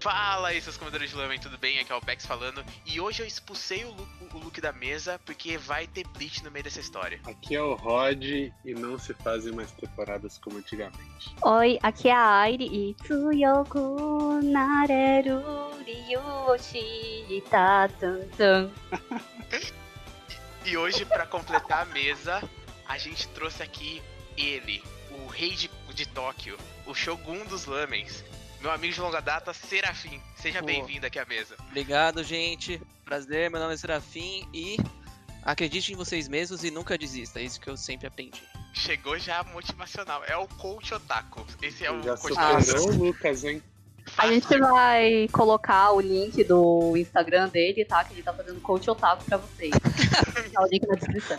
Fala aí, seus comedores de lamen, tudo bem? Aqui é o Bex falando. E hoje eu expulsei o look, o look da mesa porque vai ter Bleach no meio dessa história. Aqui é o Rod e não se fazem mais temporadas como antigamente. Oi, aqui é a Aire e Tsuyoku nareru ryoshi Tá, ta tan tan. E hoje, pra completar a mesa, a gente trouxe aqui ele, o rei de, de Tóquio, o Shogun dos Lamens. Meu amigo de longa data, Serafim. Seja Pô. bem-vindo aqui à mesa. Obrigado, gente. Prazer, meu nome é Serafim e acredite em vocês mesmos e nunca desista. É isso que eu sempre aprendi. Chegou já motivacional. É o coach otaku. Esse é o Já coach superou o Lucas, hein? A gente vai colocar o link do Instagram dele, tá? Que ele tá fazendo coach otaku pra vocês. tá o link na descrição.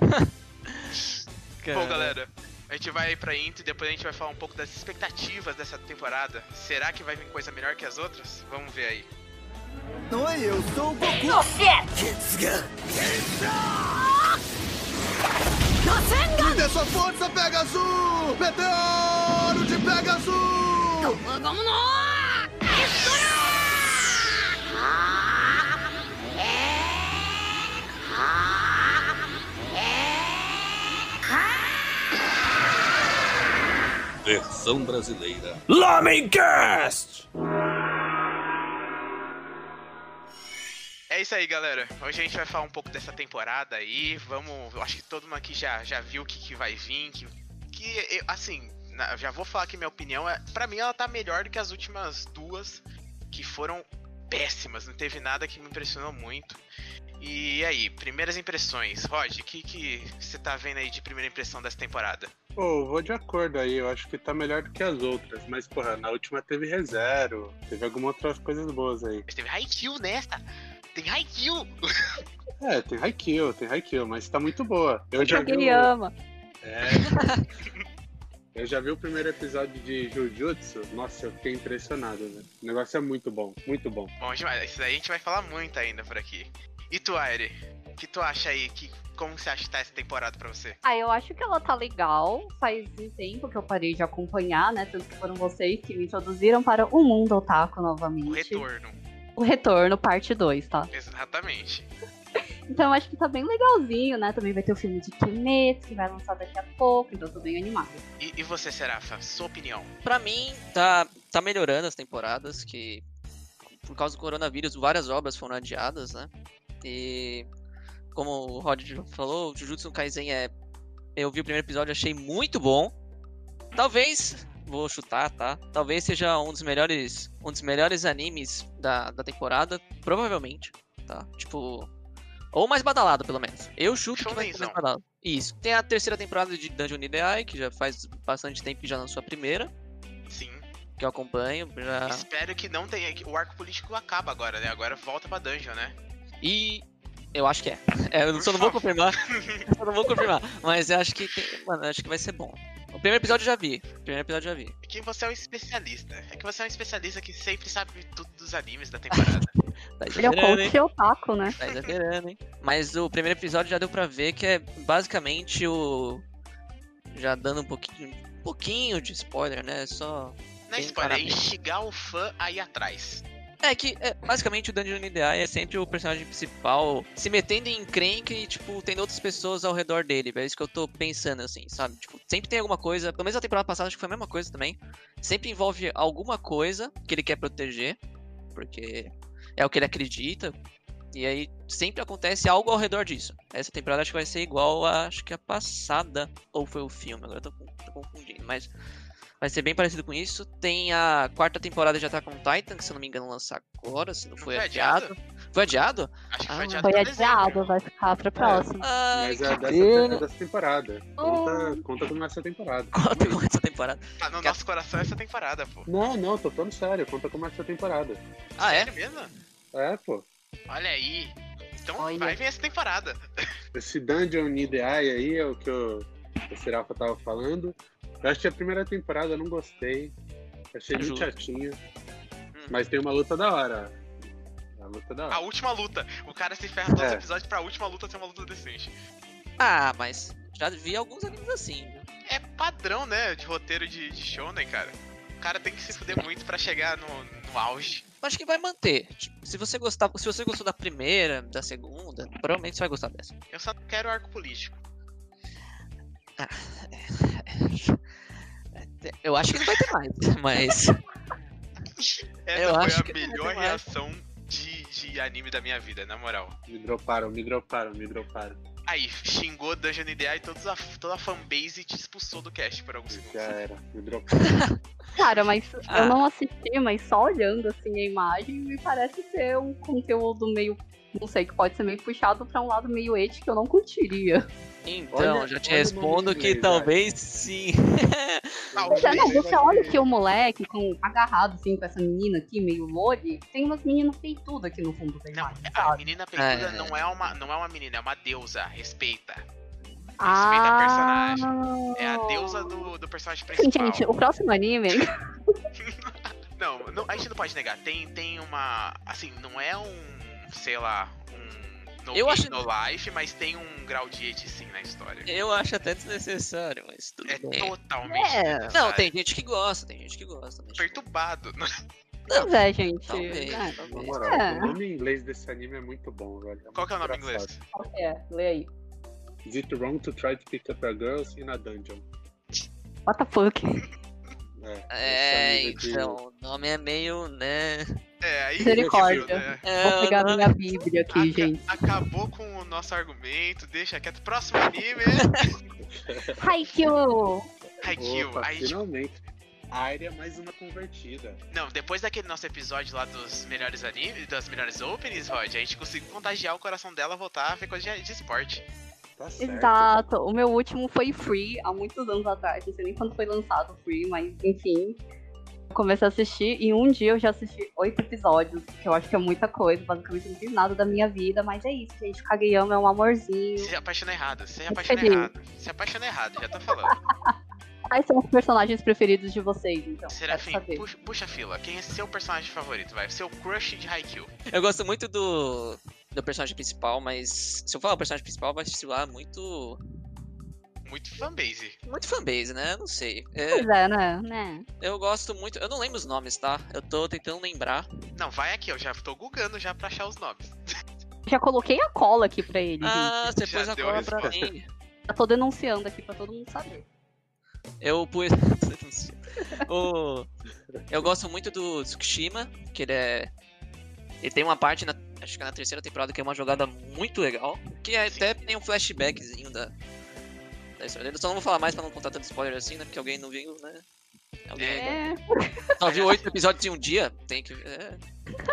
Bom, galera, a gente vai pra intro e depois a gente vai falar um pouco das expectativas dessa temporada. Será que vai vir coisa melhor que as outras? Vamos ver aí. Não é eu, sou o Goku. Me dê sua força, Pegasus! Meteoro de Pegasus! Versão brasileira. É isso aí, galera. Hoje a gente vai falar um pouco dessa temporada aí. Vamos. Eu acho que todo mundo aqui já, já viu o que, que vai vir. Que, que eu- assim, na- já vou falar que minha opinião é. Pra mim, ela tá melhor do que as últimas duas, que foram péssimas. Não teve nada que me impressionou muito. E aí, primeiras impressões. Rod, o que que você tá vendo aí de primeira impressão dessa temporada? Pô, eu vou de acordo aí, eu acho que tá melhor do que as outras, mas porra, na última teve ReZero, teve algumas outras coisas boas aí. Mas teve Haikyuu nessa! Tem Haikyuu! É, tem Haikyuu, tem Haikyuu, mas tá muito boa. Eu já vi Ele o... ama. É. Eu já vi o primeiro episódio de Jujutsu, nossa, eu fiquei impressionado, né? O negócio é muito bom, muito bom. Bom demais, isso daí a gente vai falar muito ainda por aqui. E tu, Aire, o que tu acha aí? Que, como você acha que tá essa temporada pra você? Ah, eu acho que ela tá legal. Faz um tempo que eu parei de acompanhar, né? Tanto que foram vocês que me introduziram para o mundo otaku novamente. O retorno. O retorno, parte 2, tá? Exatamente. Então eu acho que tá bem legalzinho, né? Também vai ter o filme de Kimetsu, que vai lançar daqui a pouco, então eu tô bem animada. E, e você, Serafa, sua opinião? Pra mim, tá, tá melhorando as temporadas, que por causa do coronavírus, várias obras foram adiadas, né? E como o Rod já falou, o Jujutsu Kaisen é. Eu vi o primeiro episódio achei muito bom. Talvez. Vou chutar, tá? Talvez seja um dos melhores. Um dos melhores animes da, da temporada. Provavelmente. Tá? Tipo. Ou mais badalado, pelo menos. Eu chuto que vai ser Shonenzão. mais badalado. Isso. Tem a terceira temporada de Dungeon Nideai, que já faz bastante tempo que já lançou a primeira Sim. que eu acompanho. Já... Espero que não tenha. que O arco político acaba agora, né? Agora volta pra dungeon, né? E eu acho que é. É, eu só não vou confirmar. eu só não vou confirmar. Mas eu acho que tem. Mano, eu acho que vai ser bom. O primeiro episódio eu já vi. O primeiro episódio eu já vi. É que você é um especialista. É que você é um especialista que sempre sabe tudo dos animes da temporada. Tá Ele é o exagerando, hein? coach otaku, né? Tá exagerando, hein? Mas o primeiro episódio já deu pra ver que é basicamente o. Já dando um pouquinho. Um pouquinho de spoiler, né? Só. Não é Bem, spoiler, é parabéns. instigar o fã aí atrás. É que é, basicamente o Dungeon Ideai é sempre o personagem principal se metendo em encrenca e, tipo, tendo outras pessoas ao redor dele. É isso que eu tô pensando, assim, sabe? Tipo, sempre tem alguma coisa. Pelo menos na temporada passada acho que foi a mesma coisa também. Sempre envolve alguma coisa que ele quer proteger, porque é o que ele acredita. E aí sempre acontece algo ao redor disso. Essa temporada acho que vai ser igual a, acho que a passada. Ou foi o filme, agora eu tô, con- tô confundindo, mas. Vai ser bem parecido com isso. Tem a quarta temporada de Attack on Titan, que se eu não me engano lança agora, se não Não foi foi adiado. Foi adiado? Acho que Ah, foi adiado Foi pra dezembro. adiado, vai ficar É. pra próxima. Ai, Mas é que dessa, pena. Oh. é dessa temporada. Conta, conta como é essa temporada. Conta com essa temporada. Tá no nosso coração essa temporada, pô. Não, não, tô falando sério, conta como é essa temporada. Ah, é? Sério mesmo? É, pô. Olha aí. Então Olha. vai vir essa temporada. Esse Dungeon Nideai aí é o que o, o Serafa tava falando. Eu achei a primeira temporada, eu não gostei. Achei muito Justo. chatinha. Hum. Mas tem uma luta da hora. A luta da A hora. última luta. O cara se ferra todos os É. episódios pra última luta ser uma luta decente. Ah, mas já vi alguns animes assim. viu? É padrão, né? De roteiro de, de shonen, cara. O cara tem que se fuder muito pra chegar no, no auge. acho que vai manter. Tipo, Se você gostar, se você gostou da primeira, da segunda, provavelmente você vai gostar dessa. Eu só não quero arco político. Eu acho que não vai ter mais, mas Essa Eu foi acho a que não vai melhor ter mais. reação de, de anime da minha vida, na moral. Me droparam, me droparam, me droparam. Aí, xingou Dungeon IDA e todos a, toda a fanbase te expulsou do cast por alguns segundos. Já É. era, me droparam. Cara, mas Ah. eu não assisti, mas só olhando assim a imagem, me parece ser um conteúdo meio. Não sei, que pode ser meio puxado pra um lado meio ete que eu não curtiria. então Olha- já te olha o respondo nome que inglês, talvez sim. Talvez. Você, não, você olha que o moleque com, agarrado assim com essa menina aqui, meio lore, tem umas meninas peitudas aqui no fundo da Não, imagem, a sabe? menina peituda É. não, é uma, não é uma menina, é uma deusa. Respeita. a Ah, personagem. É a deusa do, do personagem Sim, principal. gente, o próximo anime. Não, não, a gente não pode negar. Tem, tem uma. Assim, não é um. Sei lá. Um. No, Eu acho- no life, mas tem um grau de et sim na história. Eu acho até desnecessário, mas tudo É bem. totalmente. Não, desnecessário. tem gente que gosta, tem gente que gosta. Mas, tipo, Perturbado. Pois é, gente. talvez, né? Na talvez. moral, É. o nome em inglês desse anime é muito bom, velho. Qual que é o nome em engraçado. inglês? Qual que é? Lê aí. Is it wrong to try to pick up a girl in a dungeon? What the fuck? É, esse anime de- então, o nome é meio, né? É, aí. Misericórdia. viu, né? É, Vou o pegar nome- minha bíblia aqui, Aca- gente. Acabou com o nosso argumento, deixa quieto. Próximo anime, Haikyuu! Haikyuu. Opa, Aí, tipo, finalmente. Área é mais uma convertida. não, depois daquele nosso episódio lá dos melhores animes, das melhores openings, Rod, a gente conseguiu contagiar o coração dela, voltar, foi coisa de, de esporte. Tá certo. Exato. O meu último foi Free, há muitos anos atrás. Não sei nem quando foi lançado o Free, mas enfim. Eu comecei a assistir e um dia eu já assisti oito episódios, que eu acho que é muita coisa. Basicamente, não fiz nada da minha vida, mas é isso, gente. Kageyama é um amorzinho. Você se apaixona errado, você se Entendi. apaixona errado. Se apaixona errado, já tô falando. Quais são os personagens preferidos de vocês, então? Serafim, Quero saber. puxa, puxa a fila. Quem é seu personagem favorito, vai? Seu crush de Haikyuu. Eu gosto muito do, do personagem principal, mas se eu falar o personagem principal, vai estilar muito. Muito fanbase. Muito fanbase, né? Eu Não sei. É, Pois é, né? né? eu gosto muito. Eu não lembro os nomes, tá? Eu tô tentando lembrar. Não, vai aqui, eu já tô googando já pra achar os nomes. Já coloquei a cola aqui pra ele, gente. Ah, você Já pôs a deu a cola pra resposta. mim. Já tô denunciando aqui pra todo mundo saber. Eu pus. o... Eu gosto muito do Tsukishima, que ele é. Ele tem uma parte, na... acho que é na terceira temporada, que é uma jogada muito legal. Que é- Sim. até tem um flashbackzinho da. da história dele. Eu só não vou falar mais pra não contar tanto spoiler assim, né? Porque alguém não viu, né? Alguém É. só viu oito episódios em um dia, tem que. É,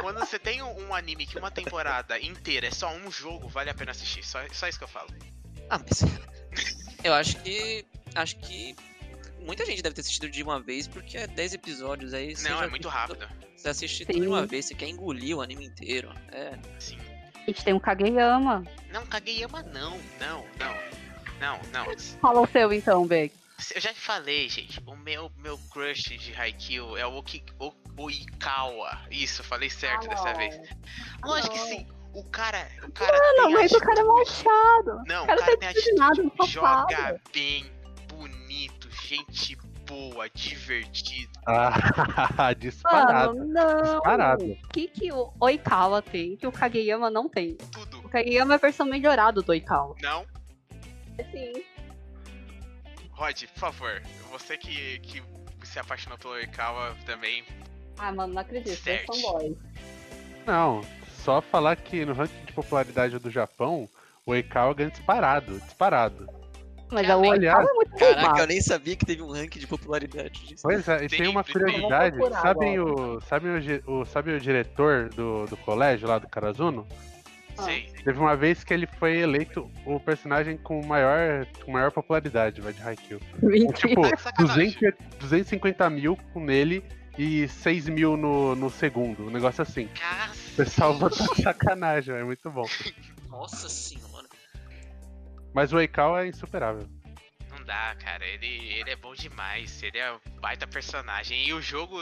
Quando você tem um, um anime que uma temporada inteira é só um jogo, vale a pena assistir. Só, só isso que eu falo. Ah, mas. Eu acho que. Acho que. Muita gente deve ter assistido de uma vez, porque é 10 episódios aí. você Não, já é muito assiste- rápido. Você assiste tudo de Sim. uma vez, você quer engolir o anime inteiro. É. Sim. gente tem o Kageyama. Assim, Não, Kageyama não, não, não. Não, não. Fala o seu então, Beck. Eu já te falei, gente. O meu, meu crush de Haikyuu é o Oki, o, Oikawa. Isso, eu falei certo dessa vez. Lógico que não. sim. O cara. O cara Não, tem mas o atitude- cara é mal chato. Não, o cara cara, tá tem disciplinado, atitude. não fala Joga bem, bonito, gente boa, divertido. Ah, disparado. Mano, não. Disparado. O que, que o Oikawa tem que o Kageyama não tem? Tudo. O Kageyama é a versão melhorada do Oikawa. Não? Sim. Rod, por favor, você que, que se apaixonou pelo Oikawa também. Ah, mano, não acredito. Eles Certo. são boys. Não, só falar que no ranking de popularidade do Japão, o Eikawa ganha disparado, disparado. Mas É, o Oikawa é muito Caraca, eu roubado. nem sabia que teve um ranking de popularidade disso. Pois é, e tem uma Sempre. curiosidade, Eu vou procurar sabem o, sabem o, ge- o, sabem o diretor do, do colégio lá do Karazuno? Ah. Sei. Teve uma vez que ele foi eleito o personagem com maior, com maior popularidade vai, de Haikyuu. Tipo, Mentira. Tá de sacanagem. 200 250 mil com nele e 6 mil no, no segundo, um negócio assim. O pessoal Cacete. botou de sacanagem, é muito bom. Nossa senhora. Mas o Eikawa é insuperável. Não dá, cara. Ele, ele é bom demais. Ele é um baita personagem. E o jogo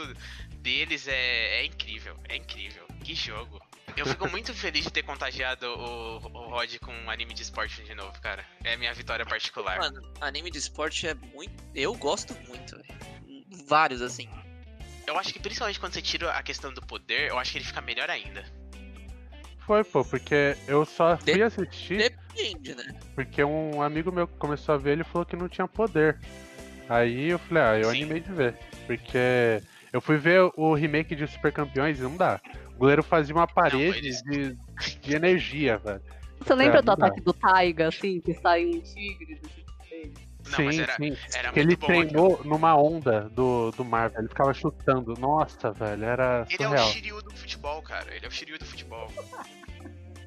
deles é, é incrível. É incrível. Que jogo. Eu fico muito feliz de ter contagiado o, o Rod com um anime de esporte de novo, cara. É a minha vitória particular. Mano, anime de esporte é muito. Eu gosto muito, velho. Vários, assim. Eu acho que principalmente quando você tira a questão do poder, eu acho que ele fica melhor ainda. Foi, pô, porque eu só fui De- assistir Depende, né? porque um amigo meu que começou a ver, ele falou que não tinha poder. Aí eu falei, ah, eu Sim. animei de ver. Porque eu fui ver o remake de Super Campeões e não dá. O goleiro fazia uma parede eles- de, de energia, velho. Você lembra É, do não dá. ataque do Taiga, assim, que sai um tigre do tipo dele? Não, sim, mas era, sim. era Que ele É muito bom. treinou numa onda do, do mar, velho. Ele ficava chutando. Nossa, velho, era Ele é o surreal. Shiryu do futebol, cara. Ele é o Shiryu do futebol. Nossa.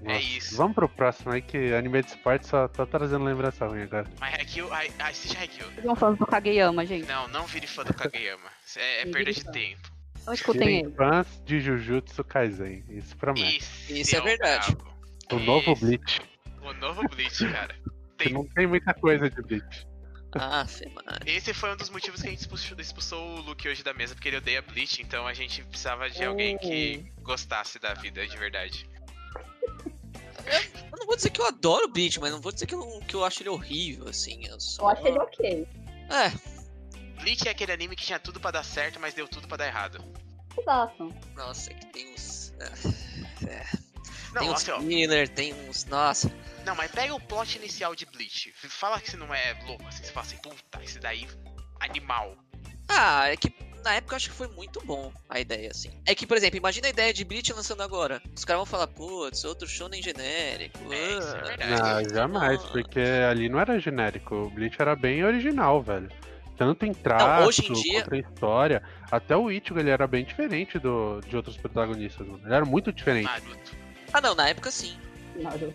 É isso. Vamos pro próximo aí, que anime de esporte só tá trazendo lembrança ruim agora. Mas Haikyuu, Hai- assiste Haikyuu. Eles vão falando do Kageyama, gente. Não, não vire fã do Kageyama. É, é perda de tempo. Não escutem Tem ele. fãs de Jujutsu Kaisen. Isso promete. Isso, Isso é verdade. né? O novo Isso. Bleach. O novo Bleach, cara. que Não tem muita coisa de Bleach. Ah, mano. Esse foi um dos motivos que a gente expulsou, expulsou o Luke hoje da mesa, porque ele odeia Bleach, então a gente precisava de Oh. alguém que gostasse da vida de verdade. Eu não vou dizer que eu adoro o Bleach, mas não vou dizer que eu, que eu acho ele horrível, assim. Eu, só... Eu acho ele ok. É, Bleach é aquele anime que tinha tudo pra dar certo, mas deu tudo pra dar errado. Exato. nossa, que tem uns. é, Não, tem uns assim, ó, filler, tem uns. Nossa. não, mas pega o plot inicial de Bleach. F- Fala que você não é louco, assim, você fala assim, puta, esse daí, é animal. Ah, é que na época eu acho que foi muito bom a ideia, assim. É que, por exemplo, imagina a ideia de Bleach lançando agora. Os caras vão falar, putz, outro shonen genérico. É, isso é ah, verdade. Não, jamais, porque ali não era genérico. O Bleach era bem original, velho. Tanto em traço, Não, hoje em dia- quanto em história. Até o Ichigo, ele era bem diferente do, de outros protagonistas. Mano. Ele era muito diferente. Naruto. Ah, não, na época sim. Naruto.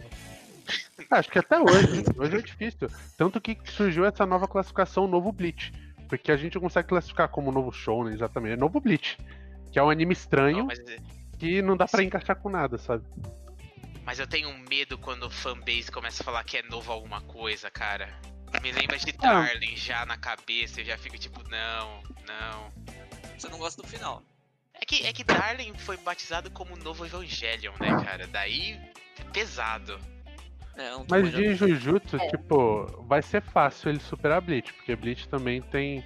Ah, Acho que até hoje. hoje é difícil. Tanto que surgiu essa nova classificação, o novo Bleach. Porque a gente não consegue classificar como novo shonen, exatamente. É novo Bleach. Que é um anime estranho Não, mas, que não dá pra Sim. encaixar com nada, sabe? mas eu tenho medo quando o fanbase começa a falar que é novo alguma coisa, cara. Me lembra de Ah. Darling já na cabeça, eu já fico tipo, não, não. Você não gosta do final. É que, é que Darling foi batizado como o novo Evangelion, né, cara? Daí é pesado. É, eu não tô Mas manjando. de Jujutsu, tipo, vai ser fácil ele superar Bleach, porque Bleach também tem.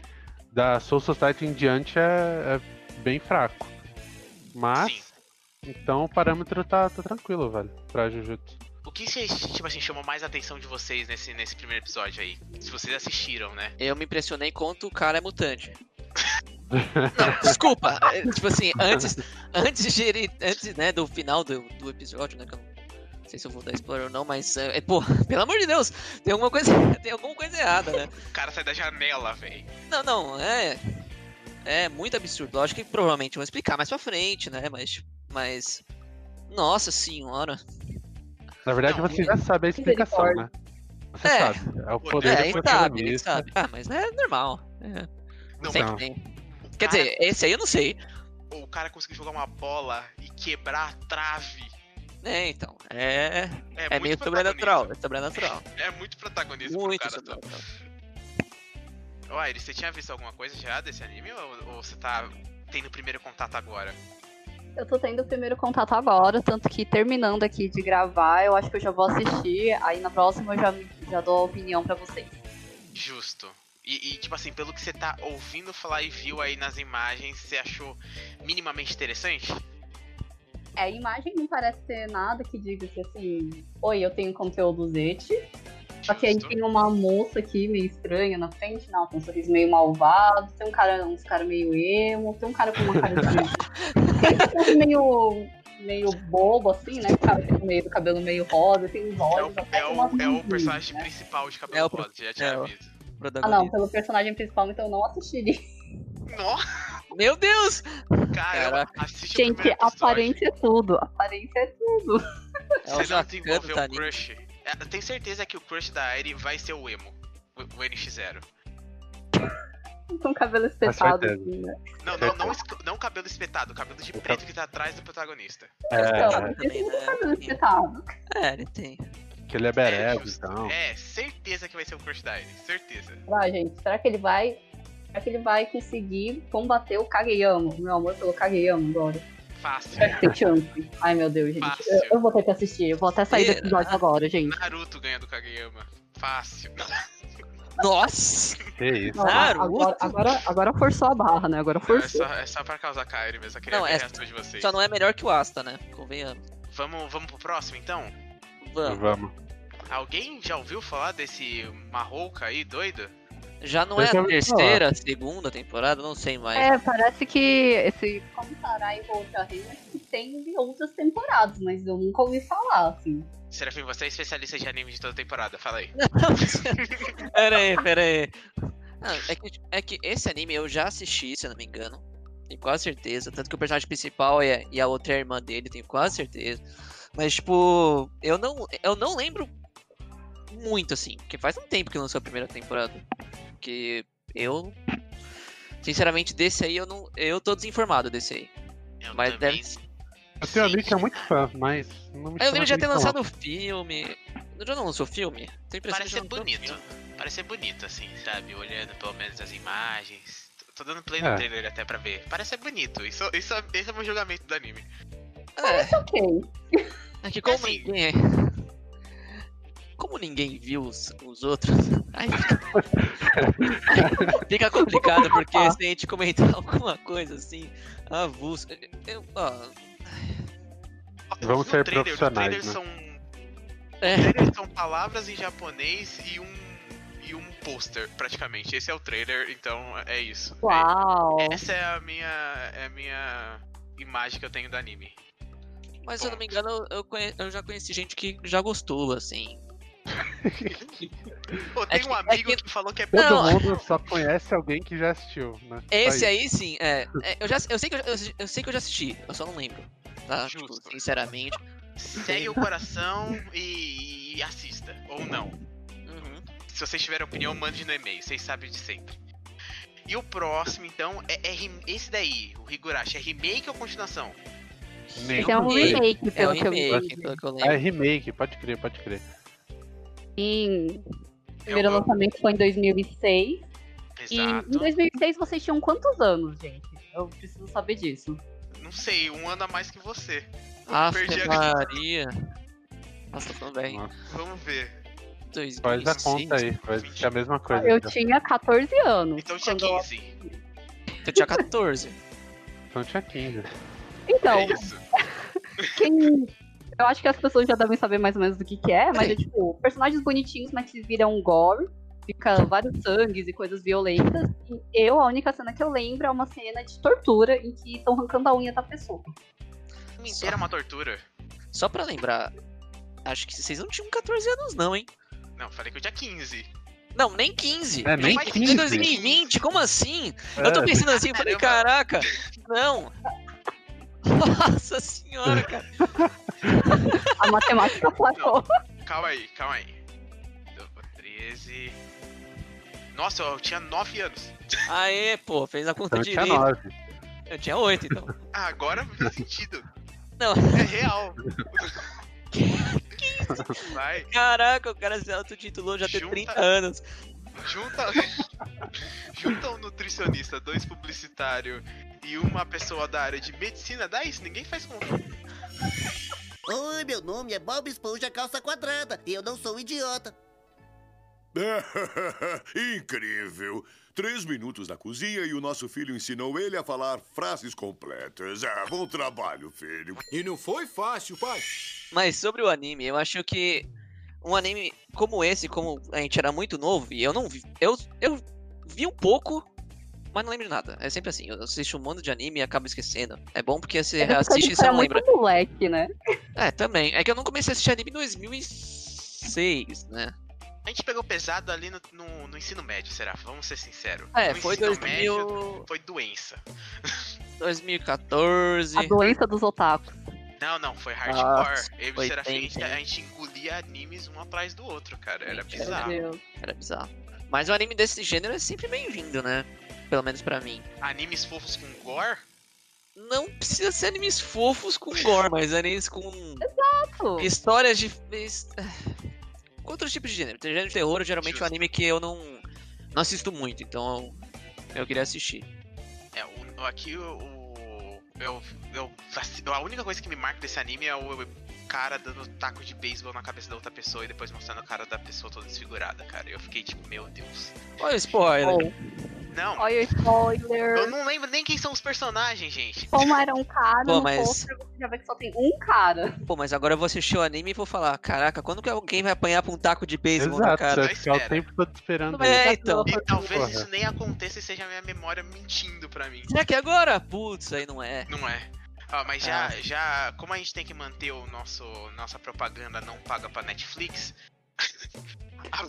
Da Soul Society em diante é, é bem fraco. Mas, Sim. então o parâmetro tá, tá tranquilo, velho, pra Jujutsu. O que vocês, tipo assim, chamou mais a atenção de vocês nesse, nesse primeiro episódio aí? Se vocês assistiram, né? Eu me impressionei quanto o cara é mutante. Não, desculpa. é, Tipo assim, antes, antes de ele. Antes, né, do final do, do episódio, né? Que eu não sei se eu vou dar spoiler ou não, mas. É, é, pô, pelo amor de Deus, tem alguma coisa. Tem alguma coisa errada, né? O cara sai da janela, velho. Não, não, é. É muito absurdo. Lógico que provavelmente vão explicar mais pra frente, né? Mas. Mas. Nossa senhora. Na verdade, Não, você já sabe a explicação, né? Você É. sabe. É o poder É, do ele sabe, ele protagonista. sabe. Ah, mas é normal. É. Não, Ah. Sempre mas- tem. O Quer cara- dizer, esse aí eu não sei. O cara conseguiu jogar uma bola e quebrar a trave. É, então. É. É, É muito meio sobrenatural, protagonismo. é sobrenatural. É muito protagonismo Muito pro cara. Tá? sobrenatural. Ó, Iris, você tinha visto alguma coisa já desse anime ou, ou você tá tendo primeiro contato agora? Eu tô tendo o primeiro contato agora, tanto que terminando aqui de gravar, eu acho que eu já vou assistir. Aí na próxima eu já, me- já dou a opinião pra vocês. Justo. E, e, tipo assim, pelo que você tá ouvindo falar e viu aí nas imagens, você achou minimamente interessante? É, a imagem não parece ter nada que diga que assim, oi, eu tenho conteúdo zete. Só que aí Justo. tem uma moça aqui meio estranha na frente, não, tem um sorriso meio malvado, tem um cara, uns caras meio emo, tem um cara com uma cara de. tem um meio, meio bobo, assim, né? O cara tem meio do cabelo meio rosa, tem uns É olhos. o, até é uma o, é o luzinha, personagem né? principal de É cabelo o pro- rosa, já tinha é o- visto. Ah, não, Protagonista. pelo personagem principal, então eu não assistiria. Nossa, Meu Deus! cara, assiste o Gente, primeiro episódio. aparência é tudo. Aparência é tudo. É Você o não Jacan do desenvolveu um Tarim. crush. É, Eu tenho certeza que o crush da Eri vai ser o emo. O, o NX0. Com cabelo espetado, certeza. assim, né? Não, não, não, esc- não cabelo espetado, cabelo de preto que tá atrás do protagonista. Então, É, ele tem também, né? cabelo espetado. É, ele tem. que ele é É, berebe, justo. então. É, certeza que vai ser o crush da Eri, certeza. Ah, gente, será que ele vai. Será que ele vai conseguir combater o Kageyama? Meu amor pelo Kageyama agora. Fácil. Será que tem chance? Ai, meu Deus, gente. Fácil. Eu, eu vou ter que assistir. Eu vou até sair do episódio agora, gente. Naruto ganha do Kageyama. Fácil. Nossa! Que é isso. Não, Naruto? agora, agora, agora forçou a barra, né? Agora Não, é, forçou. só, é só pra causar Kairi mesmo. Eu queria Não, ver é- a reação de vocês. Só não é melhor que o Asta, né? Convenhamos. Vamos, vamos pro próximo então? Vamos. Vamos. Alguém já ouviu falar desse Marrouca aí, doido? Já não é Uhum. Eu já a ouvi terceira, segunda temporada, não sei mais. É, parece que esse Comissarai Volta que tem de outras temporadas, mas eu nunca ouvi falar, assim. Serafim, você é especialista de anime de toda temporada, fala aí. pera aí, pera aí. Não, é, que, é que esse anime eu já assisti, se eu não me engano. Tenho quase certeza. Tanto que o personagem principal é, e a outra é a irmã dele, tenho quase certeza. Mas, tipo, eu não, eu não lembro muito, assim. Porque faz um tempo que lançou a primeira temporada. Que eu. Sinceramente, desse aí eu não. Eu tô desinformado desse aí. Eu Mas também deve- Eu tenho um amigo que é muito fã, mas não me Aí eu lembro de já ter chama atenção. lançado um- o filme. Já não lançou filme? Tem impressão Parece que ser já lançou bonito. filme. Parece ser bonito, assim, sabe? Olhando pelo menos as imagens. Tô- Tô dando play É. no trailer até pra ver. Parece ser bonito. Isso, isso, é- esse é o meu julgamento do anime. É. Ok. É que como Assim. ninguém. Como ninguém viu os, os outros, aí fica... fica complicado, porque se a gente comentar alguma coisa assim, avulso. Eu, ó, Vamos No ser um trailer, no profissionais, trailer né? são é, trailer são palavras em japonês e um e um pôster, praticamente. Esse é o trailer, então é isso. Uau. É- Essa é a minha é a minha imagem que eu tenho do anime. mas se eu não me engano, eu- eu, conhe- eu já conheci gente que já gostou, assim. Pô, tem que- um é amigo que- que falou que é Todo Não. mundo só conhece alguém que já assistiu, né? Só Esse isso. aí sim, é. é, eu, já, eu, sei que eu, eu- eu sei que eu já assisti, eu só não lembro. Tá? Tipo, Justo. sinceramente. segue o coração e, e assista ou não. Uhum. Se vocês tiverem opinião, mande no e-mail, vocês sabem de sempre. E o próximo, então, é, é rem- esse daí, o Higurashi, é remake ou continuação? Nem Esse é um sei. remake, É o pelo que eu remake, vi. pelo que eu lembro. É remake, pode crer, pode crer. Sim. O Eu- primeiro eu- lançamento foi em 2006. E em Exato. 2006 vocês tinham quantos anos, gente? Eu preciso saber disso. Não sei, um ano a mais que você. Ave Perdi a- Maria. Nossa, também. Nossa. Vamos ver. Faz a 2006. conta aí, vai ser a mesma coisa. Eu então. tinha 14 anos. Então tinha quando eu- 15. Eu tinha 14. Então tinha 15. Então, É isso. quem. Eu acho que as pessoas já devem saber mais ou menos do que, que é, mas é tipo, personagens bonitinhos, mas que viram gore, fica vários sangues e coisas violentas. E eu, a única cena que eu lembro é uma cena de tortura em que estão arrancando a unha da pessoa. Me inteira é uma tortura. Só pra lembrar, acho que vocês não tinham 14 anos, não, hein? Não, falei que eu tinha 15. Não, nem 15. É, nem Mas em 15. Em 2020, como assim? Eu tô É, pensando assim, eu falei, caraca, não. Nossa senhora, cara. A matemática falhou. Calma aí, calma aí. Eu- 13. Nossa, eu tinha 9 anos. Aê, pô, fez a conta Então tinha direito. 9. Eu tinha 8, então. Ah, agora fez sentido. Não. É real. Vai, Caraca, o cara se autotitulou já tem Junta- 30 anos. junta. Junta um nutricionista, dois publicitários e uma pessoa da área de medicina, dá isso, ninguém faz conta. Oi, meu nome é Bob Esponja Calça Quadrada e eu não sou um idiota. Incrível! Três minutos na cozinha e o nosso filho ensinou ele a falar frases completas. Ah, bom trabalho, filho. E não foi fácil, pai. Mas sobre o anime, eu acho que um anime como esse, como a gente era muito novo, e eu não vi. Eu, eu vi um pouco, mas não lembro de nada. É sempre assim, eu assisto um monte de anime e acabo esquecendo. É bom porque você Essa época a assiste gente e Tipo, você era não muito lembra. moleque, né? É, também. É que eu não comecei a assistir anime em 2006, né? A gente pegou pesado ali no, no- no ensino médio, será? Vamos ser sinceros. É, No foi ensino médio 2000, foi doença. 2014. A doença dos otakus. Não, não, foi hardcore. Nossa, eu e o foi Serafim, a bem, gente- tá- bem. a gente engolia animes um atrás do outro, cara. Era Gente, bizarro. Meu Deus. Era bizarro. Mas um anime desse gênero é sempre bem-vindo, né? Pelo menos pra mim. Animes fofos com gore? Não precisa ser animes fofos com gore, mas animes com Exato. Histórias de. es- Com outros tipos de gênero. Tem Gênero de terror, geralmente é um Justo. anime que eu não, não assisto muito, então eu, eu queria assistir. É, o, o- aqui o. o- eu, eu, assim, a única coisa que me marca desse anime é o, o cara dando taco de beisebol na cabeça da outra pessoa e depois mostrando a cara da pessoa toda desfigurada, cara. Eu fiquei tipo, meu Deus. Olha o spoiler. Não, Olha o spoiler. eu não lembro nem quem são os personagens, gente. Como era um cara, Pô, no mas- pôster você já vê que só tem um cara. Pô, mas agora eu vou assistir o anime e vou falar, caraca, quando que alguém vai apanhar pra um taco de beisebol na Exato, cara? vai ficar o Espera. tempo todo esperando. É, isso. então. E talvez Porra. isso nem aconteça e seja a minha memória mentindo pra mim. Será que é agora? Putz, aí não é. Não é. Ó, mas já, Ah. já, como a gente tem que manter o nosso nossa propaganda não paga pra Netflix, a,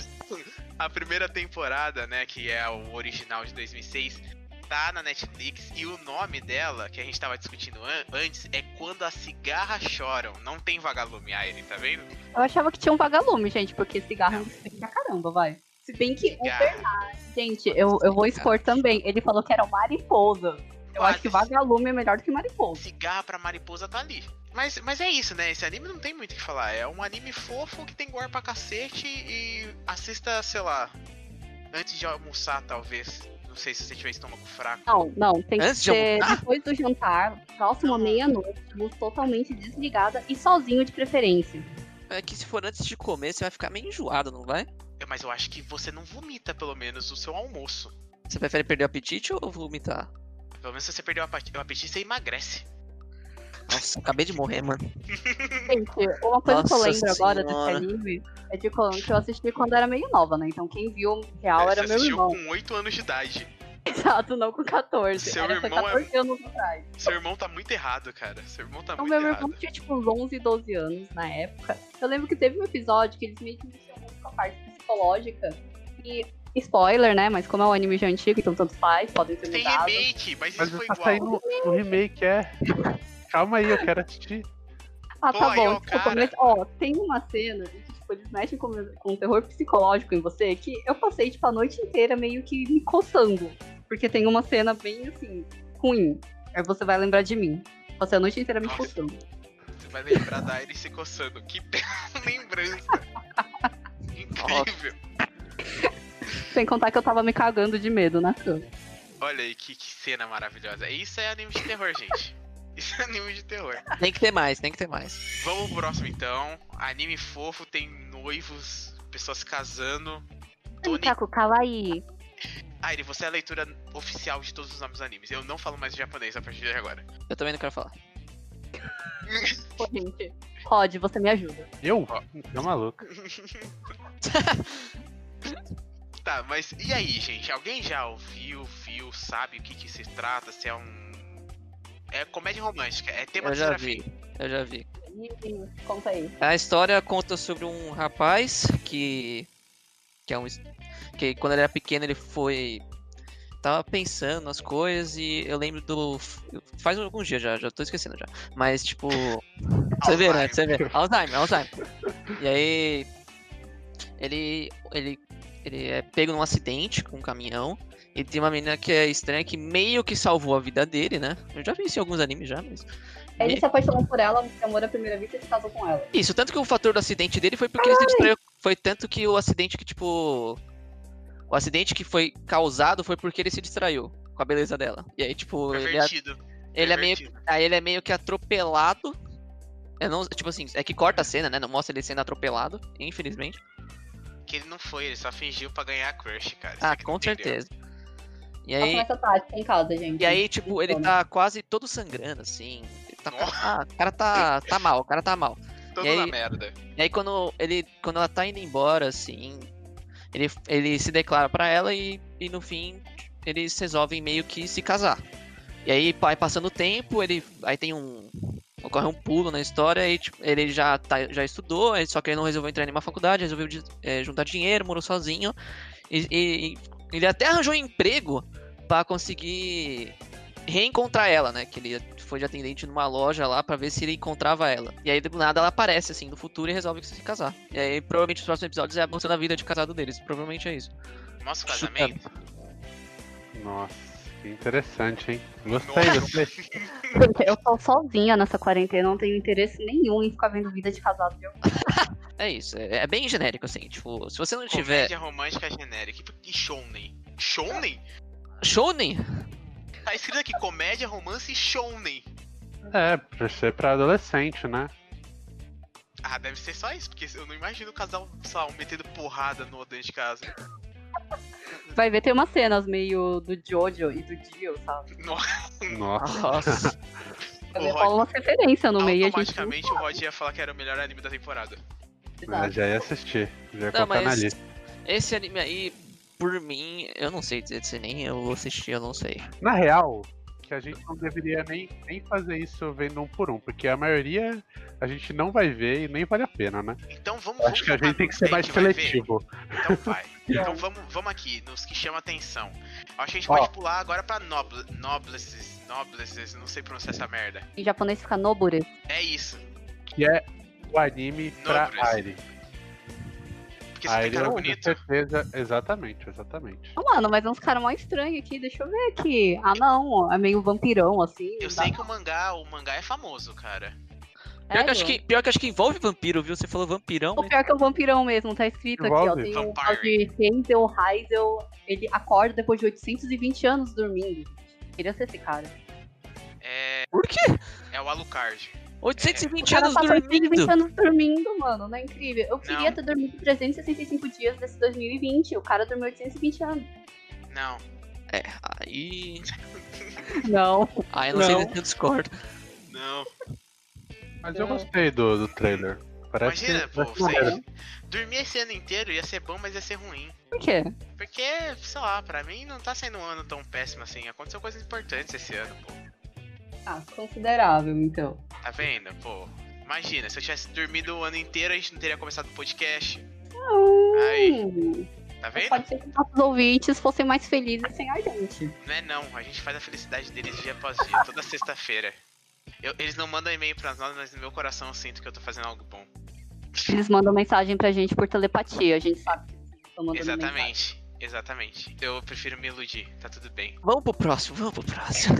a primeira temporada, né, que é o original de 2006, tá na Netflix e o nome dela, que a gente tava discutindo an- antes, é Quando as Cigarras Choram. Não tem vagalume, Aire, tá vendo? Eu achava que tinha um vagalume, gente, porque cigarro é um bem pra caramba, vai. Se bem que o Cigarra. Gente, eu, eu vou expor também. Ele falou que era um mariposa. Eu acho que vagalume é melhor do que mariposa. Cigarra pra mariposa tá ali. Mas, mas é isso, né? Esse anime não tem muito o que falar. É um anime fofo que tem gore pra cacete e assista, sei lá, antes de almoçar, talvez. Não sei se você tiver estômago fraco. Não, não, tem que Antes de ser almoçar? depois do jantar, próximo à meia-noite, luz totalmente desligada e sozinho de preferência. É que se for antes de comer, você vai ficar meio enjoado, não vai? Eu- Mas eu acho que você não vomita, pelo menos, o seu almoço. Você prefere perder o apetite ou vomitar? Pelo menos se você perdeu o apati- o apetite, você emagrece. Nossa, acabei de morrer, mano. Gente, uma coisa que eu Nossa lembro agora desse Senhora. anime é de quando que eu assisti quando era meio nova, né? Então quem viu real É, era você meu assistiu irmão. com 8 anos de idade. Exato, não com 14. Seu era foi irmão é- 14 anos atrás. Seu irmão tá muito errado, cara. Seu irmão tá Então, muito meu errado. irmão tinha tipo uns 11, 12 anos na época. Eu lembro que teve um episódio que eles meio que mexiam muito com a parte psicológica. E, spoiler, né? Mas como é um anime já antigo, então tanto faz, podem ter Tem mudado. remake, mas Mas isso foi tá igual. saindo o remake, é. Calma aí, eu quero assistir. Ah, Pô, tá aí, ó, bom, desculpa, cara. mas ó, tem uma cena em que tipo, eles mexem com, com um terror psicológico em você que eu passei tipo a noite inteira meio que me coçando. Porque tem uma cena bem assim, ruim. Aí você vai lembrar de mim. Passei a noite inteira me Nossa. coçando. Você vai lembrar da Iris se coçando. Que bela lembrança. Incrível. Sem contar que eu tava me cagando de medo na cama. Olha aí que, que cena maravilhosa. Isso é anime de terror, gente. Isso é anime de terror. Tem que ter mais, tem que ter mais. Vamos pro próximo então. Anime fofo tem noivos, pessoas se casando. Tony. Taco, cala aí. Aire, você é a leitura oficial de todos os nomes dos animes. Eu não falo mais de japonês a partir de agora. Eu também não quero falar. Pô, gente. Rod, você me ajuda. Eu? Tá maluco. Tá, mas e aí, gente? Alguém já ouviu, viu, sabe o que, que se trata? Se é um. É comédia romântica, é tema Eu de já desafio. vi. Eu já vi. Ih, Conta aí. A história conta sobre um rapaz que. que é um. es- que quando ele era pequeno ele foi. tava pensando nas coisas e eu lembro do. faz alguns dias já, já tô esquecendo já. Mas tipo. Você vê, né? Você vê. Alzheimer, Alzheimer. E aí. Ele. ele. ele é pego num acidente com um caminhão. E tem uma menina que é estranha que meio que salvou a vida dele, né? Eu já vi isso em alguns animes já, mas. Ele se apaixonou por ela, se amor à primeira vista e se casou com ela. Isso, tanto que o fator do acidente dele foi porque ele se distraiu. Foi tanto que o acidente que, tipo. O acidente que foi causado foi porque ele se distraiu com a beleza dela. E aí, tipo, ele é, Pervertido. ele é meio. pervertido. Aí ele é meio que atropelado. É não, tipo assim, é que corta a cena, né? Não mostra ele sendo atropelado, infelizmente. Que ele não foi, ele só fingiu pra ganhar a crush, cara. Você Ah, que com entendeu. certeza. E Façam aí, essa tática em casa, gente. É. e aí, tipo, ele Toma. tá quase todo sangrando, assim. Ele tá- ah, o cara tá, tá mal, o cara tá mal. Todo E aí- na merda. E aí quando ele quando ela tá indo embora assim, ele, ele se declara pra ela e, e no fim eles resolvem meio que se casar. E aí vai passando o tempo, ele aí tem um ocorre um pulo na história e tipo, ele já tá, já estudou, aí só que ele não resolveu entrar em nenhuma faculdade, resolveu de- eh, juntar dinheiro, morou sozinho e, e- e ele até arranjou um emprego pra conseguir reencontrar ela, né? Que ele foi de atendente numa loja lá pra ver se ele encontrava ela. E aí do nada ela aparece assim no futuro e resolve se casar. E aí provavelmente os próximos episódios é mostrando a vida de casado deles. Provavelmente é isso. Nosso Chutando. casamento. Nossa, que interessante, hein? Gostei, Nossa. gostei. Gente, eu tô sozinha nessa quarentena, não tenho interesse nenhum em ficar vendo vida de casado de alguém. É isso. É, é bem genérico assim. Tipo, se você não tiver Comédia romântica genérica. E- E shounen? Shounen? shonen, Tá escrito aqui comédia, romance e shounen. É, pra ser pra adolescente, né? Ah, deve ser só isso, porque eu não imagino o casal, sei lá, um metendo porrada no dentro de casa. Vai ver, tem umas cenas meio do Jojo e do Dio, sabe? Nossa. Nossa. Um Vai ver, Rod- rola uma referência no meio e a gente. não Automaticamente o Rod ia falar que era o melhor anime da temporada. Ah, sabe. já ia assistir. Já ia Não, colocar na mas- lista. Esse anime aí, por mim, eu não sei dizer se nem eu assisti, eu não sei. Na real, que a gente não deveria nem, nem fazer isso vendo um por um, porque a maioria a gente não vai ver e nem vale a pena, né? Então vamos. Acho que a vamos gente tem que focar no ser mais vai ver? seletivo. Então vai. Então vamos, vamos aqui, nos que chamam atenção. Acho que a gente Ó. pode pular agora pra noble, Nobleses. Nobleses, não sei pronunciar essa merda. Em japonês fica Nobure. É isso. Que é o anime pra Nobres. Aire. Porque você tem Aire, cara com bonito. certeza. Exatamente, exatamente. Ah, mano, mas é uns caras mais estranhos aqui, deixa eu ver aqui. Ah, não, é meio vampirão, assim. Eu sei que o mangá, o mangá é famoso, cara. Pior que, eu acho que, pior que eu acho que envolve vampiro, viu? Você falou vampirão. O né? pior que é um vampirão mesmo, tá escrito aqui, ó. Envolve. Tem um tal de Vampire. Hazel, Hazel, ele acorda depois de 820 anos dormindo. Queria ser esse cara. Por quê? É o Alucard. 820 O cara anos passou 820 dormindo. anos dormindo, mano, não é incrível? Eu queria Não. ter dormido 365 dias desse 2020, o cara dormiu 820 anos. Não. É, aí. Não. Aí eu não, sei Não. se eu discordo. Não. Mas eu É. gostei do, do trailer. Parece Imagina, que- pô, é parece maneiro. você dormir esse ano inteiro ia ser bom, mas ia ser ruim. Por quê? Porque, sei lá, pra mim não tá sendo um ano tão péssimo assim. Aconteceu coisas importantes esse ano, pô. Ah, considerável, então. Tá vendo, pô? Imagina, se eu tivesse dormido o ano inteiro, a gente não teria começado o podcast. Aí. Hum, Tá mas vendo? pode ser que nossos ouvintes fossem mais felizes sem a gente. Não é não, a gente faz a felicidade deles dia após dia, toda sexta-feira. Eu- eles não mandam e-mail pra nós, mas no meu coração eu sinto que eu tô fazendo algo bom. Eles mandam mensagem pra gente por telepatia, a gente sabe que eles estão mandando mensagem. Exatamente, exatamente. Eu prefiro me iludir, tá tudo bem. Vamos pro próximo, vamos pro próximo.